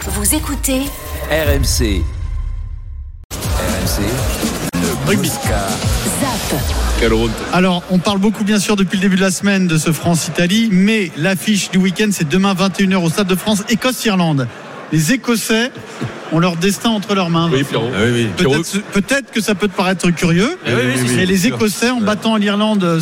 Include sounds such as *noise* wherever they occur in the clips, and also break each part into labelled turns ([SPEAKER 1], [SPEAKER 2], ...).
[SPEAKER 1] Vous écoutez
[SPEAKER 2] RMC. RMC. Le
[SPEAKER 3] Rugby.
[SPEAKER 1] ZAP.
[SPEAKER 4] Quelle honte.
[SPEAKER 3] Alors, on parle beaucoup, bien sûr, depuis le début de la semaine de ce France-Italie, mais l'affiche du week-end, c'est demain 21h au Stade de France, Écosse-Irlande. Les Écossais ont leur destin entre leurs mains.
[SPEAKER 4] Oui, Pierrot.
[SPEAKER 5] Ah oui, oui.
[SPEAKER 4] Pierrot.
[SPEAKER 3] Peut-être peut-être que ça peut te paraître curieux,
[SPEAKER 4] Eh oui, oui, si, si.
[SPEAKER 3] mais les Écossais, en battant l'Irlande euh,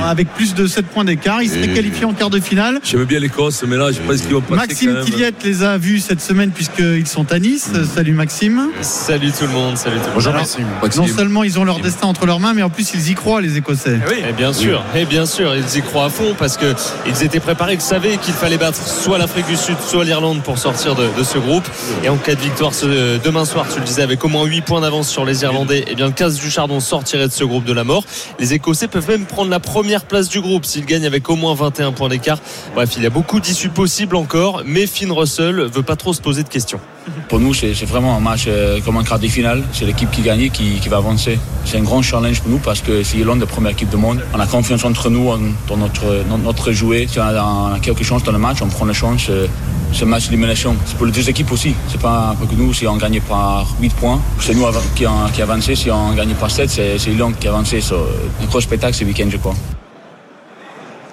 [SPEAKER 3] en- avec plus de 7 points d'écart, ils seraient
[SPEAKER 5] Et-
[SPEAKER 3] qualifiés en quart de finale.
[SPEAKER 4] J'aime bien l'Écosse, mais là, je pense qu'ils vont passer quand
[SPEAKER 3] Maxime
[SPEAKER 4] même. Mm.
[SPEAKER 3] Tilliette les a vus cette semaine puisqu'ils sont à Nice. Salut Maxime.
[SPEAKER 6] Salut tout le monde, salut tout le monde.
[SPEAKER 3] Bonjour,
[SPEAKER 6] Maxime.
[SPEAKER 3] Non
[SPEAKER 4] Maxime.
[SPEAKER 3] seulement ils ont leur destin entre leurs mains, mais en plus ils y croient les Écossais.
[SPEAKER 6] Et Eh bien sûr, et bien sûr, ils y croient à fond parce que ils étaient préparés, ils savaient qu'il fallait battre soit l'Afrique du Sud, soit l'Irlande pour sortir de, de ce groupe. Et en cas de victoire ce- demain soir, tu le disais, avec au moins 8 points d'avance sur les Irlandais, et bien le 15 du Chardon sortirait de ce groupe de la mort. Les Écossais peuvent même prendre la première place du groupe s'ils gagnent avec au moins 21 points d'écart. Bref, il y a beaucoup d'issues possibles encore, mais Finn Russell veut pas trop se poser de questions.
[SPEAKER 7] Pour nous, c'est c'est vraiment un match euh, comme un quart de finale. C'est l'équipe qui gagne qui, qui va avancer. C'est un grand challenge pour nous parce que c'est l'une des premières équipes du monde. On a confiance entre nous, en- dans notre, dans notre jouet. Si on a, on a quelque chance dans le match, on prend la chance. euh, C'est un match d'élimination. C'est pour les deux équipes aussi. C'est pas que nous, si on gagne par 8 points, c'est nous av- qui, en- qui avancé. Si on gagne par 7, c'est c'est l'Irlande qui avancé. So, un gros spectacle ce week-end, je crois.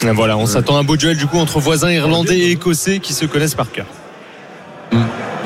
[SPEAKER 6] Et Voilà, on s'attend à un beau duel du coup entre voisins irlandais et écossais qui se connaissent par cœur.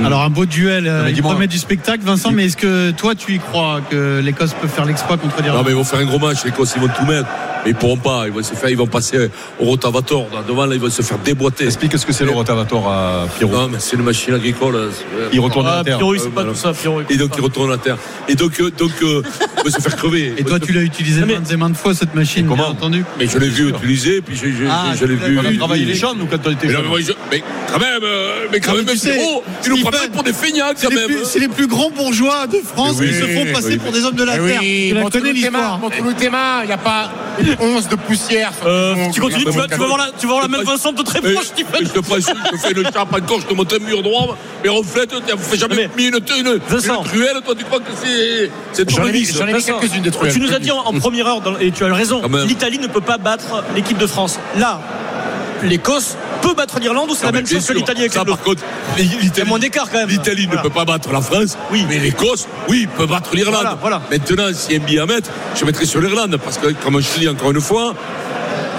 [SPEAKER 3] Alors un beau duel, euh,
[SPEAKER 4] Mm. mais
[SPEAKER 3] ils
[SPEAKER 4] dis-moi.
[SPEAKER 3] promettent du spectacle. Vincent, mais est-ce que toi tu y crois que l'Écosse peut faire l'exploit contre
[SPEAKER 4] Non,
[SPEAKER 3] l'Irlande
[SPEAKER 4] mais ils vont faire un gros match. L'Écosse, ils vont tout mettre. Mais ils pourront pas. Ils vont se faire, ils vont passer au rotavator. Là, devant, là, ils vont se faire déboîter.
[SPEAKER 5] Explique ce que c'est le rotavator à Pierrot.
[SPEAKER 4] Non, mais c'est une machine agricole.
[SPEAKER 5] Il retourne
[SPEAKER 8] Ah,
[SPEAKER 6] Ah,
[SPEAKER 5] à la terre.
[SPEAKER 4] c'est pas tout ça, Et donc, ils retournent à la terre. Et donc, euh, donc, euh, ils vont se faire crever.
[SPEAKER 3] Et toi tu l'as utilisé maintes et maintes fois cette machine, bien entendu.
[SPEAKER 4] Mais je l'ai vu utiliser, puis je, je,
[SPEAKER 3] Ah,
[SPEAKER 4] je l'ai
[SPEAKER 3] tu l'as
[SPEAKER 4] vu.
[SPEAKER 3] vu.
[SPEAKER 5] On a travaillé les jambes, nous, quand on était
[SPEAKER 4] Mais, non, mais, moi,
[SPEAKER 5] jeunes.
[SPEAKER 4] je- mais quand même, euh, mais quand
[SPEAKER 3] Non, mais
[SPEAKER 4] même,
[SPEAKER 3] tu sais,
[SPEAKER 4] Pierrot, tu nous prends
[SPEAKER 3] Stephen,
[SPEAKER 4] pas pour des feignants
[SPEAKER 3] C'est
[SPEAKER 4] quand
[SPEAKER 3] les,
[SPEAKER 4] même. hein.
[SPEAKER 3] plus, c'est les plus grands bourgeois de France
[SPEAKER 4] Mais
[SPEAKER 3] qui
[SPEAKER 4] oui,
[SPEAKER 3] se font passer
[SPEAKER 4] oui,
[SPEAKER 3] pour des hommes de la
[SPEAKER 9] Eh
[SPEAKER 3] terre.
[SPEAKER 9] oui,
[SPEAKER 3] tu la
[SPEAKER 9] Montreux
[SPEAKER 3] connais
[SPEAKER 9] tes mains,
[SPEAKER 3] l'histoire.
[SPEAKER 9] montre-nous tes mains, il n'y a pas une once de poussière. sur
[SPEAKER 4] Euh,
[SPEAKER 9] ton-
[SPEAKER 8] tu continues,
[SPEAKER 9] ton-
[SPEAKER 8] tu vas, tu vas voir la, tu vas voir la même Vincent de très
[SPEAKER 4] Mais-
[SPEAKER 8] proche,
[SPEAKER 4] mais
[SPEAKER 8] Stephen.
[SPEAKER 4] je te précise, je fais le charpe encore, je te montre un mur droit, mais reflète, tu ne fais jamais
[SPEAKER 8] Mais-
[SPEAKER 4] mis une, une, une
[SPEAKER 8] Vincent.
[SPEAKER 4] truelle, toi tu crois que c'est. C'est ton
[SPEAKER 9] J'en ai mis,
[SPEAKER 4] remise.
[SPEAKER 9] j'en ai mis
[SPEAKER 8] Vincent,
[SPEAKER 9] quelques-unes des truelles.
[SPEAKER 8] Tu nous as dit en, en première heure, dans- et tu as raison,
[SPEAKER 4] Quand même.
[SPEAKER 8] l'Italie ne peut pas battre l'équipe de France. Là, l'Écosse peut battre l'Irlande ou c'est la
[SPEAKER 4] Non, Ah, mais
[SPEAKER 8] même
[SPEAKER 4] bien
[SPEAKER 8] chose que
[SPEAKER 4] sûr,
[SPEAKER 8] l'Italie avec
[SPEAKER 4] ça,
[SPEAKER 8] la bleue
[SPEAKER 4] par contre,
[SPEAKER 8] Il y a
[SPEAKER 4] l'Italie,
[SPEAKER 8] moins d'écart quand même.
[SPEAKER 4] l'Italie
[SPEAKER 8] Voilà.
[SPEAKER 4] ne peut pas battre la France,
[SPEAKER 8] Oui.
[SPEAKER 4] mais l'Écosse, oui, peut battre l'Irlande.
[SPEAKER 8] Voilà, voilà.
[SPEAKER 4] Maintenant, s'il y a un billet à mettre, je mettrai sur l'Irlande, parce que, comme je te dis encore une fois,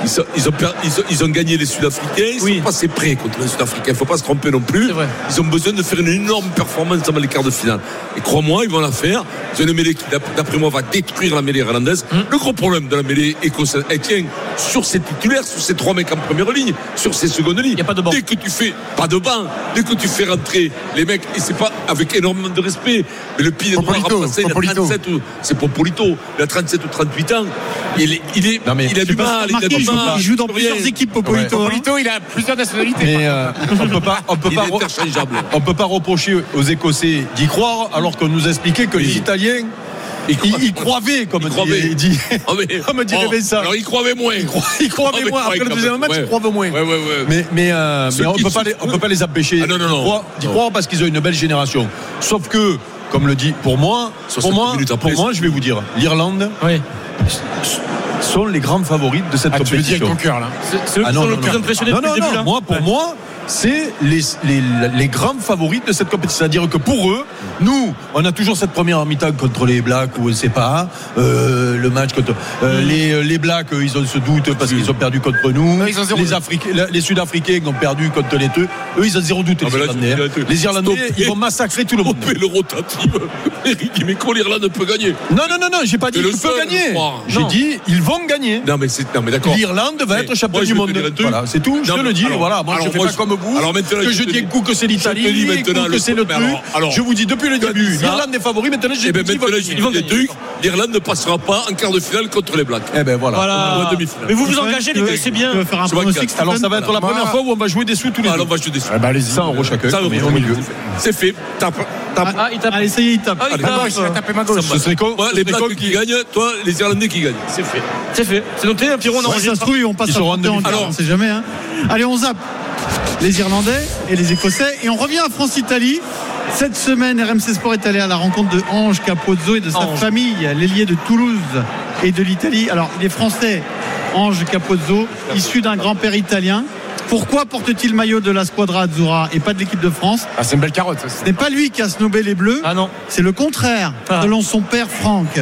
[SPEAKER 4] ils, sont- ils ont, per- ils ont- ils ont gagné les Sud-Africains, ils
[SPEAKER 8] Oui.
[SPEAKER 4] sont passés prêts contre les Sud-Africains, il ne faut pas se tromper non plus.
[SPEAKER 8] C'est vrai.
[SPEAKER 4] Ils ont besoin de faire une énorme performance dans les quarts de finale. Et crois-moi, ils vont la faire. C'est une mêlée qui, d'ap- d'après moi, va détruire la mêlée irlandaise.
[SPEAKER 8] Hum.
[SPEAKER 4] Le gros problème de la mêlée écossaise, elle tient sur ses titulaires, sur ses trois mecs en première ligne, sur ses secondes lignes.
[SPEAKER 8] y a pas de banc.
[SPEAKER 4] Dès que tu fais pas de banc, dès que tu fais rentrer les mecs, et c'est pas avec énormément de respect, mais le pire noir
[SPEAKER 9] Popolito,
[SPEAKER 4] remplacé, il a
[SPEAKER 9] Popolito.
[SPEAKER 4] 37 ou- c'est Popolito, il a 37 ou 38 ans. Il, est- il est,
[SPEAKER 5] Non, mais
[SPEAKER 4] il a
[SPEAKER 5] tu
[SPEAKER 4] du
[SPEAKER 5] peux
[SPEAKER 4] mal, il
[SPEAKER 3] Marqué,
[SPEAKER 4] a du
[SPEAKER 3] il joue,
[SPEAKER 4] mal.
[SPEAKER 3] il joue dans plusieurs équipes Popolito. hein.
[SPEAKER 9] Polito, il a plusieurs nationalités.
[SPEAKER 5] Mais euh, on peut pas, on peut
[SPEAKER 4] Il est
[SPEAKER 5] pas, re-
[SPEAKER 4] interchangeable.
[SPEAKER 5] on peut pas reprocher aux Écossais d'y croire, alors qu'on nous expliquait que les Italiens, ils, ils croivaient, comme
[SPEAKER 4] Ils
[SPEAKER 5] dit-
[SPEAKER 4] croivaient.
[SPEAKER 5] dit. *laughs*
[SPEAKER 4] Ah, mais-
[SPEAKER 5] Comme dirait
[SPEAKER 4] oh,
[SPEAKER 5] Vincent.
[SPEAKER 4] Alors il croyait moins.
[SPEAKER 5] Ils croient- ils croient
[SPEAKER 4] Ah, mais
[SPEAKER 5] moins. Après
[SPEAKER 4] croient
[SPEAKER 5] le deuxième
[SPEAKER 4] quand
[SPEAKER 5] match,
[SPEAKER 4] même.
[SPEAKER 5] ils croient moins.
[SPEAKER 4] Ouais, ouais, ouais.
[SPEAKER 5] Mais, mais, euh,
[SPEAKER 4] Ceux
[SPEAKER 5] mais on
[SPEAKER 4] qui
[SPEAKER 5] peut pas
[SPEAKER 4] se-
[SPEAKER 5] les, on peut pas les empêcher
[SPEAKER 4] Ah non, non, non.
[SPEAKER 5] d'y croire- d'y
[SPEAKER 4] Non.
[SPEAKER 5] croire parce qu'ils ont une belle génération. Sauf que, comme le dit, pour moi, pour
[SPEAKER 4] 60
[SPEAKER 5] moi,
[SPEAKER 4] minutes après,
[SPEAKER 5] pour moi, je vais vous dire, l'Irlande
[SPEAKER 8] Oui.
[SPEAKER 5] sont les grandes favorites de cette
[SPEAKER 9] Ah, tu veux dire avec
[SPEAKER 5] compétition.
[SPEAKER 9] ton cœur, là.
[SPEAKER 8] C'est eux
[SPEAKER 5] Ah
[SPEAKER 8] qui
[SPEAKER 5] non,
[SPEAKER 8] sont
[SPEAKER 5] non,
[SPEAKER 8] le plus
[SPEAKER 5] non.
[SPEAKER 8] impressionnés
[SPEAKER 5] Non,
[SPEAKER 8] depuis
[SPEAKER 5] non,
[SPEAKER 8] le début
[SPEAKER 5] non.
[SPEAKER 8] là.
[SPEAKER 5] Moi, pour moi, c'est les, les, les grandes favorites de cette compétition. C'est-à-dire que pour eux, nous, on a toujours cette première mi-temps contre les Blacks ou c'est pas euh, le match contre euh,
[SPEAKER 3] Mm.
[SPEAKER 5] les, les Blacks. euh, Ils ont ce doute parce qu'ils ont perdu contre nous.
[SPEAKER 8] Ah,
[SPEAKER 9] Non, ils ont zéro
[SPEAKER 5] les
[SPEAKER 9] doute.
[SPEAKER 5] Africains, la- les Sud-Africains qui ont perdu contre les Teux. Eux, ils ont zéro doute.
[SPEAKER 4] Ah,
[SPEAKER 3] bah
[SPEAKER 5] les,
[SPEAKER 4] mais là,
[SPEAKER 5] Irlandais,
[SPEAKER 4] tu-
[SPEAKER 5] hein.
[SPEAKER 4] tu-
[SPEAKER 5] Les Irlandais,
[SPEAKER 4] stopper.
[SPEAKER 5] ils vont massacrer tout le monde.
[SPEAKER 3] Oh,
[SPEAKER 4] Popper le rotatif. *laughs* Eric dit, mais quand l'Irlande peut gagner
[SPEAKER 5] Non, non, non, non, j'ai pas dit
[SPEAKER 4] T'es le
[SPEAKER 5] qu'ils peuvent
[SPEAKER 4] seul à le
[SPEAKER 5] gagner.
[SPEAKER 4] croire.
[SPEAKER 5] J'ai
[SPEAKER 4] Non.
[SPEAKER 5] dit ils vont gagner.
[SPEAKER 4] Non, mais c'est, non, mais d'accord.
[SPEAKER 5] L'Irlande va
[SPEAKER 4] Mais
[SPEAKER 5] être champion
[SPEAKER 4] moi, je
[SPEAKER 5] du
[SPEAKER 4] vais
[SPEAKER 5] monde.
[SPEAKER 4] te dire un truc.
[SPEAKER 5] Voilà, c'est tout. je
[SPEAKER 4] Non,
[SPEAKER 5] te
[SPEAKER 4] mais
[SPEAKER 5] le dis.
[SPEAKER 4] alors-
[SPEAKER 5] voilà, moi,
[SPEAKER 4] alors
[SPEAKER 5] je fais
[SPEAKER 4] moi,
[SPEAKER 5] pas
[SPEAKER 4] je-
[SPEAKER 5] comme vous.
[SPEAKER 4] alors maintenant,
[SPEAKER 5] que
[SPEAKER 4] je
[SPEAKER 5] je
[SPEAKER 4] te
[SPEAKER 5] dis
[SPEAKER 4] dis-
[SPEAKER 5] coup que c'est
[SPEAKER 4] je te dis
[SPEAKER 5] l'Italie, coup
[SPEAKER 4] maintenant le-
[SPEAKER 5] que c'est le
[SPEAKER 4] mais
[SPEAKER 5] truc.
[SPEAKER 4] alors- alors-
[SPEAKER 5] je vous dis depuis le
[SPEAKER 4] Tu as dit
[SPEAKER 5] début,
[SPEAKER 4] ça.
[SPEAKER 5] l'Irlande est favori. Maintenant, je
[SPEAKER 4] Et bien
[SPEAKER 5] dis qu'ils vont
[SPEAKER 4] Eh ben, maintenant,
[SPEAKER 5] gagner.
[SPEAKER 4] je dis des trucs. L'Irlande ne passera pas en quart de finale contre les Blacks.
[SPEAKER 5] Eh ben voilà.
[SPEAKER 4] Ou en
[SPEAKER 8] Voilà.
[SPEAKER 4] demi-finale.
[SPEAKER 8] Mais vous vous
[SPEAKER 3] Ouais,
[SPEAKER 8] engagez,
[SPEAKER 3] tu
[SPEAKER 8] les
[SPEAKER 3] veux-
[SPEAKER 8] gars, c'est bien.
[SPEAKER 3] Tu veux faire un
[SPEAKER 4] Je vois
[SPEAKER 3] pronostic,
[SPEAKER 4] quatre.
[SPEAKER 3] Stephen
[SPEAKER 5] Alors, ça va être la
[SPEAKER 9] Moi-
[SPEAKER 5] première fois où on va jouer des sous tous les
[SPEAKER 4] Ah, alors,
[SPEAKER 5] deux.
[SPEAKER 4] moi, je suis déçu.
[SPEAKER 9] Ah bah, allez-y.
[SPEAKER 5] Ça, on rechacun.
[SPEAKER 4] Ça,
[SPEAKER 5] mais
[SPEAKER 4] on-
[SPEAKER 5] au milieu.
[SPEAKER 4] C'est fait. Tape, tape.
[SPEAKER 3] Ah, il tape. Allez, ça y est, il tape.
[SPEAKER 9] Ah, non, il a tapé
[SPEAKER 8] euh,
[SPEAKER 9] main gauche.
[SPEAKER 5] Ce serait con.
[SPEAKER 4] Moi,
[SPEAKER 5] ce
[SPEAKER 4] les
[SPEAKER 5] serait con
[SPEAKER 4] Blacks qui
[SPEAKER 5] qu'ils-
[SPEAKER 4] gagnent, toi, les Irlandais qui gagnent.
[SPEAKER 8] C'est fait. C'est fait. C'est noté, un Pierrot, on
[SPEAKER 3] Si ça se
[SPEAKER 8] enregistre.
[SPEAKER 3] trouve, on passe
[SPEAKER 5] Ils
[SPEAKER 3] à
[SPEAKER 5] seront en
[SPEAKER 3] en quart,
[SPEAKER 5] demi-finale.
[SPEAKER 3] on sait jamais. hein. Allez, on zappe les Irlandais et les Écossais. Et on revient à France-Italie. Cette semaine, RMC Sport est allé à la rencontre de Ange Capozzo et de sa
[SPEAKER 8] Ange.
[SPEAKER 3] famille, l'ailier de Toulouse et de l'Italie. Alors, il est français, Ange Capozzo, issu d'un grand-père italien. Pourquoi porte-t-il le maillot de la Squadra Azzurra et pas de l'équipe de France
[SPEAKER 9] Ah, c'est une belle carotte. ça, c'est-
[SPEAKER 3] Ce n'est pas lui qui a snobé les Bleus.
[SPEAKER 8] Ah non.
[SPEAKER 3] C'est le contraire,
[SPEAKER 8] Ah.
[SPEAKER 3] selon son père Franck.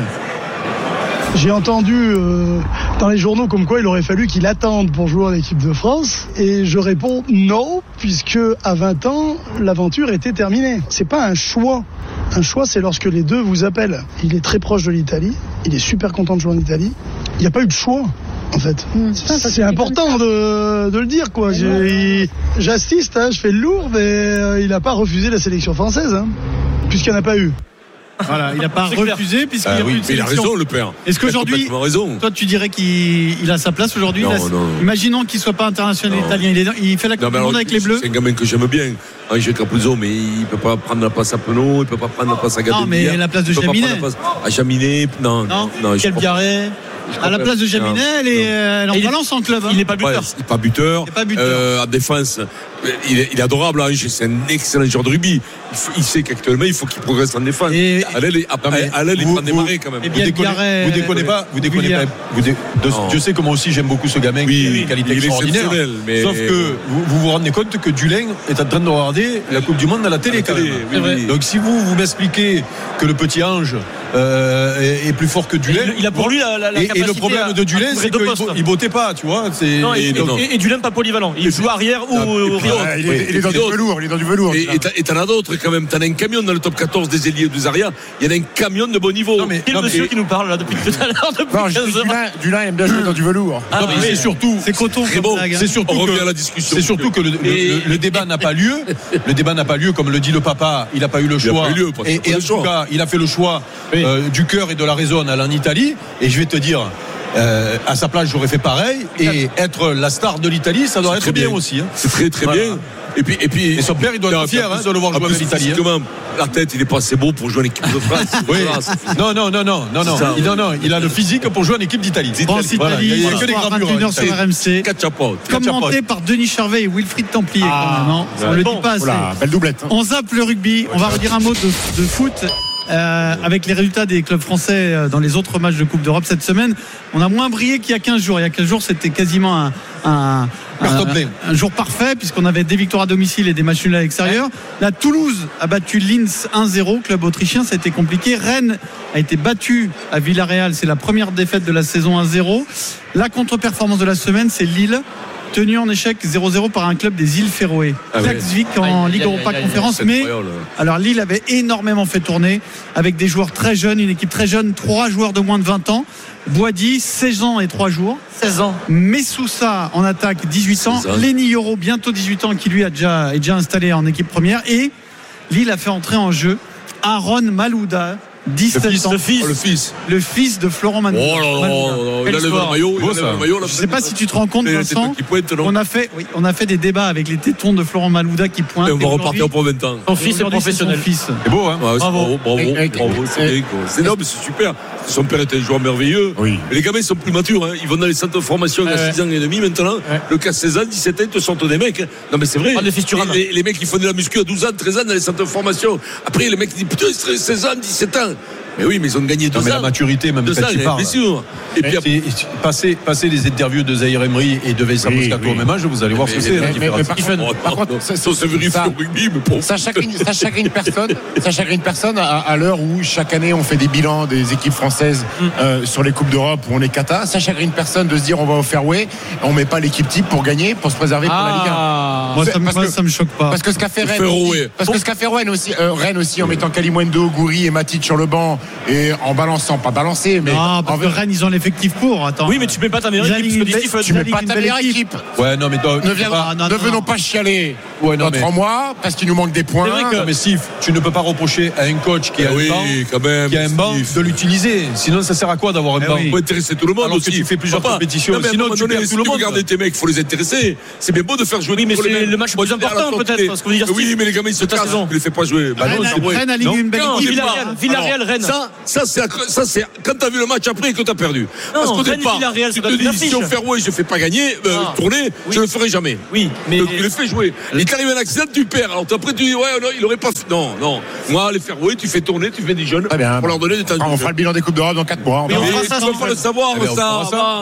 [SPEAKER 10] J'ai entendu euh, dans les journaux comme quoi il aurait fallu qu'il attende pour jouer en équipe de France et je réponds non puisque à 20 ans l'aventure était terminée. C'est pas un choix. Un choix c'est lorsque les deux vous appellent. Il est très proche de l'Italie, il est super content de jouer en Italie. Il n'y a pas eu de choix. En fait, c'est important de, de le dire quoi. J'ai- J'assiste, hein, je fais le lourd, mais euh, il n'a pas refusé la sélection française, hein, puisqu'il n'y en a pas eu.
[SPEAKER 3] Voilà, il n'a pas
[SPEAKER 8] C'est clair.
[SPEAKER 3] refusé puisqu'il
[SPEAKER 4] Ah
[SPEAKER 3] a plus
[SPEAKER 4] oui,
[SPEAKER 3] de
[SPEAKER 4] mais il a
[SPEAKER 3] sélection.
[SPEAKER 4] raison, le père.
[SPEAKER 3] Est-ce
[SPEAKER 4] Il a
[SPEAKER 3] qu'aujourd'hui-
[SPEAKER 4] complètement raison.
[SPEAKER 3] Toi, tu dirais qu'il il a sa place aujourd'hui.
[SPEAKER 4] Non,
[SPEAKER 3] il a-
[SPEAKER 4] non.
[SPEAKER 3] Imaginons qu'il soit pas international
[SPEAKER 4] Non.
[SPEAKER 3] italien. Il, est- il fait la
[SPEAKER 4] Non,
[SPEAKER 3] Coupe
[SPEAKER 4] mais
[SPEAKER 3] du
[SPEAKER 4] alors,
[SPEAKER 3] Monde avec les Bleus.
[SPEAKER 4] C'est un gamin que j'aime bien, Ah, Angers Capuzzo, mais il peut pas prendre la place à Penaud, il peut pas prendre la place à Gadet.
[SPEAKER 3] mais la place de
[SPEAKER 4] il peut pas prendre
[SPEAKER 3] Jaminet.
[SPEAKER 4] la place À Jaminet, non, non,
[SPEAKER 3] Non,
[SPEAKER 4] non. je
[SPEAKER 3] Quel
[SPEAKER 4] comprends-
[SPEAKER 3] Biarré.
[SPEAKER 4] je
[SPEAKER 3] À la
[SPEAKER 4] comprends-
[SPEAKER 3] place de
[SPEAKER 4] Non,
[SPEAKER 3] Jaminet, elle est, euh, elle est en
[SPEAKER 8] Et il est-
[SPEAKER 3] balance en club. hein.
[SPEAKER 8] Il n'est pas buteur.
[SPEAKER 4] Ouais, il est pas buteur.
[SPEAKER 3] Il est pas buteur.
[SPEAKER 4] Euh, en défense, euh, il est, il est adorable. hein, c'est un excellent joueur de rugby. Il, faut- il sait qu'actuellement, il faut qu'il progresse en défense.
[SPEAKER 3] Et-
[SPEAKER 4] À l'aile, il- après, à l'aile, il
[SPEAKER 5] vous-
[SPEAKER 4] prend des
[SPEAKER 5] vous-
[SPEAKER 4] marées quand même.
[SPEAKER 3] Eh
[SPEAKER 5] Vous
[SPEAKER 3] bien,
[SPEAKER 5] déconnez,
[SPEAKER 3] Biarré,
[SPEAKER 5] vous déconnez pas, vous déconnez
[SPEAKER 3] Villiers.
[SPEAKER 5] pas. vous dé- de-
[SPEAKER 4] Non.
[SPEAKER 5] je sais que moi aussi j'aime beaucoup ce gamin
[SPEAKER 4] Oui,
[SPEAKER 5] qui a
[SPEAKER 4] oui,
[SPEAKER 5] des qualités
[SPEAKER 4] il est
[SPEAKER 5] extraordinaires.
[SPEAKER 4] exceptionnel, mais-
[SPEAKER 5] Sauf que vous, vous vous rendez compte que Dulin est en train de regarder la Coupe du Monde à la télé quand
[SPEAKER 4] télé,
[SPEAKER 5] même.
[SPEAKER 4] oui, C'est vrai. oui.
[SPEAKER 5] Donc si vous vous m'expliquez que le petit ange euh, est, est plus fort que Dulin,
[SPEAKER 8] Il- il a pour lui la- la- la
[SPEAKER 5] et, et
[SPEAKER 8] capacité
[SPEAKER 5] le problème
[SPEAKER 8] à-
[SPEAKER 5] de
[SPEAKER 8] à
[SPEAKER 5] Dulin,
[SPEAKER 8] couvrir
[SPEAKER 5] c'est
[SPEAKER 8] deux
[SPEAKER 5] qu'il
[SPEAKER 8] postes.
[SPEAKER 5] bo- il bottait pas, tu vois. c'est-
[SPEAKER 8] Non, et,
[SPEAKER 5] et donc-
[SPEAKER 8] et, et Dulin pas polyvalent. Il joue arrière ou ou
[SPEAKER 4] puis-
[SPEAKER 8] arrière.
[SPEAKER 9] Ah, il, est, il est dans du
[SPEAKER 4] Et-
[SPEAKER 9] velours, il est dans du velours.
[SPEAKER 4] Et et t'as- et t'en as d'autres quand même. T'en as un camion dans le top 14 des ailiers ou des arrières. Il y en a un camion de bon niveau.
[SPEAKER 5] Non, mais-
[SPEAKER 8] Quel
[SPEAKER 5] non, mais-
[SPEAKER 8] monsieur qui nous parle là depuis tout à l'heure
[SPEAKER 9] Non,
[SPEAKER 8] depuis
[SPEAKER 9] je dis
[SPEAKER 8] 15 heures
[SPEAKER 9] Dulin, Dulin aime bien jouer dans du velours.
[SPEAKER 8] Ah,
[SPEAKER 5] Non, mais
[SPEAKER 8] oui.
[SPEAKER 5] c'est surtout.
[SPEAKER 3] C'est coton
[SPEAKER 4] Très
[SPEAKER 3] comme
[SPEAKER 4] bon.
[SPEAKER 3] blague, hein.
[SPEAKER 5] C'est surtout
[SPEAKER 4] On
[SPEAKER 5] que,
[SPEAKER 4] revient à la discussion.
[SPEAKER 5] C'est surtout que le, le-
[SPEAKER 4] Et-
[SPEAKER 5] le- le débat n'a pas lieu. Le débat n'a pas lieu, comme le dit le papa. Il n'a pas eu le
[SPEAKER 4] a
[SPEAKER 5] choix.
[SPEAKER 4] pas eu lieu, parce qu'il
[SPEAKER 5] et
[SPEAKER 4] a pas
[SPEAKER 5] et
[SPEAKER 4] eu
[SPEAKER 5] en
[SPEAKER 4] le choix.
[SPEAKER 5] tout cas, il a fait le choix euh, du cœur et de la raison en allant en Italie. Et je vais te dire. euh, à sa place, j'aurais fait pareil. Et être la star de l'Italie, ça doit
[SPEAKER 4] C'est
[SPEAKER 5] être
[SPEAKER 4] très
[SPEAKER 5] bien,
[SPEAKER 4] bien.
[SPEAKER 5] aussi. hein.
[SPEAKER 4] C'est très très
[SPEAKER 5] Voilà.
[SPEAKER 4] bien. Et puis, et puis.
[SPEAKER 5] Et son père, il doit
[SPEAKER 4] Non,
[SPEAKER 5] être fier
[SPEAKER 4] en
[SPEAKER 5] hein,
[SPEAKER 4] plus-
[SPEAKER 5] de le voir
[SPEAKER 4] en
[SPEAKER 5] jouer en
[SPEAKER 4] plus,
[SPEAKER 5] Italie. hein.
[SPEAKER 4] physiquement, La tête, il est pas assez beau pour jouer en équipe de France.
[SPEAKER 5] Oui.
[SPEAKER 4] Voilà,
[SPEAKER 5] Non, non, non, non, non, non.
[SPEAKER 4] C'est ça.
[SPEAKER 5] Il- non, non. Il a le physique pour jouer en équipe d'Italie. Voilà, il y a-
[SPEAKER 3] France-Italie,
[SPEAKER 5] il y a que des
[SPEAKER 3] soir,
[SPEAKER 5] gravures.
[SPEAKER 3] 21h
[SPEAKER 5] hein,
[SPEAKER 3] sur RMC.
[SPEAKER 4] Quatre chapeaux.
[SPEAKER 3] Commenté par Denis Charvet et Wilfried Templier. quand même, hein. On le dit pas assez.
[SPEAKER 9] Voilà, belle doublette.
[SPEAKER 3] On zappe le rugby. On va redire un mot de, de foot. euh, avec les résultats des clubs français euh, dans les autres matchs de Coupe d'Europe cette semaine, on a moins brillé qu'il y a 15 jours. Il y a 15 jours, c'était quasiment un, un,
[SPEAKER 5] Carton
[SPEAKER 3] un-
[SPEAKER 5] plein.
[SPEAKER 3] un jour parfait, puisqu'on avait des victoires à domicile et des matchs nuls à l'extérieur. La Toulouse a battu Linz 1-0, club autrichien, ça a été compliqué. Rennes a été battue à Villarreal, c'est la première défaite de la saison 1-0. La contre-performance de la semaine, c'est Lille, tenue en échec 0-0 par un club des îles Féroé.
[SPEAKER 4] Ah ouais.
[SPEAKER 3] Klaxvik en
[SPEAKER 6] Aïe,
[SPEAKER 3] Ligue
[SPEAKER 6] aïe, aïe,
[SPEAKER 3] Europa
[SPEAKER 6] aïe, aïe.
[SPEAKER 3] Conférence,
[SPEAKER 4] C'est
[SPEAKER 3] mais
[SPEAKER 4] incroyable.
[SPEAKER 3] alors Lille avait énormément fait tourner avec des joueurs très jeunes, une équipe très jeune, trois joueurs de moins de 20 ans. Boidy, 16 ans et 3 jours.
[SPEAKER 8] 16 ans.
[SPEAKER 3] Messoussa en attaque, 18 ans.
[SPEAKER 4] 16 ans.
[SPEAKER 3] Lenny Yoro, bientôt 18 ans, qui lui a déjà, est déjà installé en équipe première. Et Lille a fait entrer en jeu Aaron Malouda, 17 ans.
[SPEAKER 8] Le fils.
[SPEAKER 4] Oh, le fils.
[SPEAKER 3] Le fils de Florent
[SPEAKER 4] Oh
[SPEAKER 3] Manou-
[SPEAKER 4] là
[SPEAKER 3] Malouda.
[SPEAKER 4] là, oh là là, il a levé le maillot. Il
[SPEAKER 5] Beau,
[SPEAKER 4] a levé
[SPEAKER 5] ça.
[SPEAKER 4] le maillot. là,
[SPEAKER 3] Je ne sais pas si tu te rends compte,
[SPEAKER 4] c'est- c'est
[SPEAKER 3] Vincent.
[SPEAKER 4] toi qui pointe, non
[SPEAKER 3] On a, fait, oui, on a fait des débats avec les tétons de Florent Malouda qui pointent.
[SPEAKER 4] Et on
[SPEAKER 3] Et
[SPEAKER 4] va
[SPEAKER 3] aujourd'hui-
[SPEAKER 4] repartir pour 20 ans.
[SPEAKER 8] Son fils est
[SPEAKER 3] aujourd'hui, c'est son
[SPEAKER 8] professionnel.
[SPEAKER 3] fils.
[SPEAKER 5] C'est beau, hein
[SPEAKER 4] Ouais, c'est
[SPEAKER 8] Bravo.
[SPEAKER 4] Bravo, bravo,
[SPEAKER 9] Et- et-
[SPEAKER 4] bravo, c'est
[SPEAKER 9] et-
[SPEAKER 4] bien, quoi. C'est énorme, c'est super. Son père était un joueur merveilleux.
[SPEAKER 9] Oui.
[SPEAKER 4] Mais les gamins ils sont plus matures. hein. Ils vont dans les centres de formation à 6 ans et demi maintenant. Le cas 16 ans, 17 ans, ils te sortent des mecs. hein. Non mais c'est vrai.
[SPEAKER 8] Ah, des fisturales.
[SPEAKER 4] les, les- les mecs qui font de la muscu à 12 ans, 13 ans dans les centres de formation. Après les mecs ils disent putain, ils seraient 16 ans, 17 ans. Mais oui, mais ils ont gagné 2
[SPEAKER 5] Non, mais
[SPEAKER 4] ans.
[SPEAKER 5] la maturité, même
[SPEAKER 4] 2 ans, hein,
[SPEAKER 5] quand tu parles.
[SPEAKER 4] bien sûr. Et puis après,
[SPEAKER 5] C'est- c'est- Passer, passer les interviews de Zahir Emery et de Vincent
[SPEAKER 9] Oui,
[SPEAKER 5] Moscato
[SPEAKER 9] oui.
[SPEAKER 5] au même âge, vous allez voir ce que
[SPEAKER 4] Mais-
[SPEAKER 5] c'est. la
[SPEAKER 9] mais-
[SPEAKER 5] différence.
[SPEAKER 9] mais par contre-
[SPEAKER 4] oh,
[SPEAKER 9] Par contre,
[SPEAKER 4] non,
[SPEAKER 9] ça-
[SPEAKER 4] ça se vérifie
[SPEAKER 9] ça-
[SPEAKER 4] au rugby, mais pour
[SPEAKER 9] Ça chagrine, ça chagrine personne. Ça chagrine personne à, à l'heure où chaque année on fait des bilans des équipes françaises euh, sur les coupes d'Europe où on est cata. Ça chagrine personne de se dire on va au fairway, on met pas l'équipe type pour gagner, pour se préserver pour la Ligue 1.
[SPEAKER 8] Ah.
[SPEAKER 3] Moi, ça me-
[SPEAKER 9] Parce
[SPEAKER 3] moi,
[SPEAKER 9] que-
[SPEAKER 3] ça me choque pas.
[SPEAKER 9] Parce que ce qu'a fait
[SPEAKER 4] Le
[SPEAKER 9] Rennes,
[SPEAKER 4] Ferroé.
[SPEAKER 9] aussi- parce que ce qu'a fait Rennes aussi, euh, Rennes aussi en mettant Kalimwendo, Goury et Matic sur le banc et en balançant, pas balancé, mais
[SPEAKER 3] Ah, parce
[SPEAKER 9] en-
[SPEAKER 3] que Rennes, ils ont l'effectif pour. Attends.
[SPEAKER 8] Oui, mais tu mets pas ta meilleure
[SPEAKER 3] Ils
[SPEAKER 8] équipe.
[SPEAKER 3] alignent
[SPEAKER 8] je te dis,
[SPEAKER 3] une
[SPEAKER 8] Stephen.
[SPEAKER 3] belle-
[SPEAKER 9] tu mets pas ta
[SPEAKER 3] belle
[SPEAKER 9] meilleure
[SPEAKER 3] équipe.
[SPEAKER 9] équipe.
[SPEAKER 5] Ouais, non, mais toi,
[SPEAKER 9] Ne,
[SPEAKER 5] tu
[SPEAKER 9] viens-
[SPEAKER 5] vas-
[SPEAKER 3] Ah, non,
[SPEAKER 9] ne
[SPEAKER 3] non,
[SPEAKER 9] venons
[SPEAKER 3] non.
[SPEAKER 9] pas chialer
[SPEAKER 5] Ouais, non,
[SPEAKER 9] dans
[SPEAKER 5] mais-
[SPEAKER 9] trois mois parce qu'il nous manque des points.
[SPEAKER 8] C'est vrai que-
[SPEAKER 5] Non, mais Steve, tu ne peux pas reprocher à un coach qui a
[SPEAKER 4] oui,
[SPEAKER 5] un banc,
[SPEAKER 4] quand même.
[SPEAKER 5] qui a un banc
[SPEAKER 4] Steve.
[SPEAKER 5] de l'utiliser. Sinon, ça sert à quoi d'avoir un
[SPEAKER 3] Eh
[SPEAKER 5] banc
[SPEAKER 3] oui.
[SPEAKER 4] faut intéresser tout le monde
[SPEAKER 5] Alors que
[SPEAKER 4] aussi.
[SPEAKER 5] tu fais plusieurs
[SPEAKER 4] Papa,
[SPEAKER 5] compétitions,
[SPEAKER 4] non, mais à un
[SPEAKER 5] sinon
[SPEAKER 4] moment
[SPEAKER 5] tu
[SPEAKER 4] donné,
[SPEAKER 5] perds
[SPEAKER 4] si
[SPEAKER 5] tout le
[SPEAKER 4] tu
[SPEAKER 5] monde.
[SPEAKER 4] regardes tes mecs, faut les intéresser. C'est bien beau de faire jouer.
[SPEAKER 8] Oui, mais
[SPEAKER 4] pour
[SPEAKER 8] c'est
[SPEAKER 4] les mêmes.
[SPEAKER 8] le match le
[SPEAKER 4] Moi,
[SPEAKER 8] plus
[SPEAKER 4] j'aime bien la
[SPEAKER 8] important,
[SPEAKER 4] sortie.
[SPEAKER 8] peut-être, ce que veut dire
[SPEAKER 4] Ah Oui,
[SPEAKER 8] Steve,
[SPEAKER 4] mais les gamins ils se
[SPEAKER 8] de ta
[SPEAKER 4] cassent,
[SPEAKER 8] saison.
[SPEAKER 4] tu les fais pas jouer. Bah non,
[SPEAKER 3] Rennes,
[SPEAKER 4] c'est vrai.
[SPEAKER 3] Rennes aligne
[SPEAKER 4] Non.
[SPEAKER 3] une belle
[SPEAKER 4] Non,
[SPEAKER 3] équipe.
[SPEAKER 4] c'est pas.
[SPEAKER 8] Villarreal, Villarreal,
[SPEAKER 4] Alors,
[SPEAKER 8] Rennes.
[SPEAKER 4] Ça, ça c'est accro- ça c'est quand t'as vu le match après et que t'as perdu. Parce qu'au
[SPEAKER 8] Rennes,
[SPEAKER 4] départ,
[SPEAKER 8] Villarreal, ça
[SPEAKER 4] tu
[SPEAKER 8] doit
[SPEAKER 4] te
[SPEAKER 8] être une
[SPEAKER 4] dis si on
[SPEAKER 8] affiche.
[SPEAKER 4] fait ouais, je fais pas gagner, euh,
[SPEAKER 8] Ah.
[SPEAKER 4] tourner, je le ferai jamais.
[SPEAKER 8] Oui, mais
[SPEAKER 4] Donc, tu les fais jouer. Il t'arrive un accident, tu perds. Alors après tu dis ouais, non, il aurait pas. fait- Non, non. Moi, les faire jouer, tu fais tourner, tu fais des jeunes
[SPEAKER 9] Très bien.
[SPEAKER 4] pour leur donner des temps. de
[SPEAKER 9] on
[SPEAKER 4] jeu.
[SPEAKER 9] fera le bilan des coupes d'Europe dans quatre mois. on
[SPEAKER 4] Mais
[SPEAKER 9] va voir.
[SPEAKER 4] on fera ça, on va le savoir,
[SPEAKER 5] Eh ben, on
[SPEAKER 4] ça.
[SPEAKER 5] fera ça.
[SPEAKER 4] avant.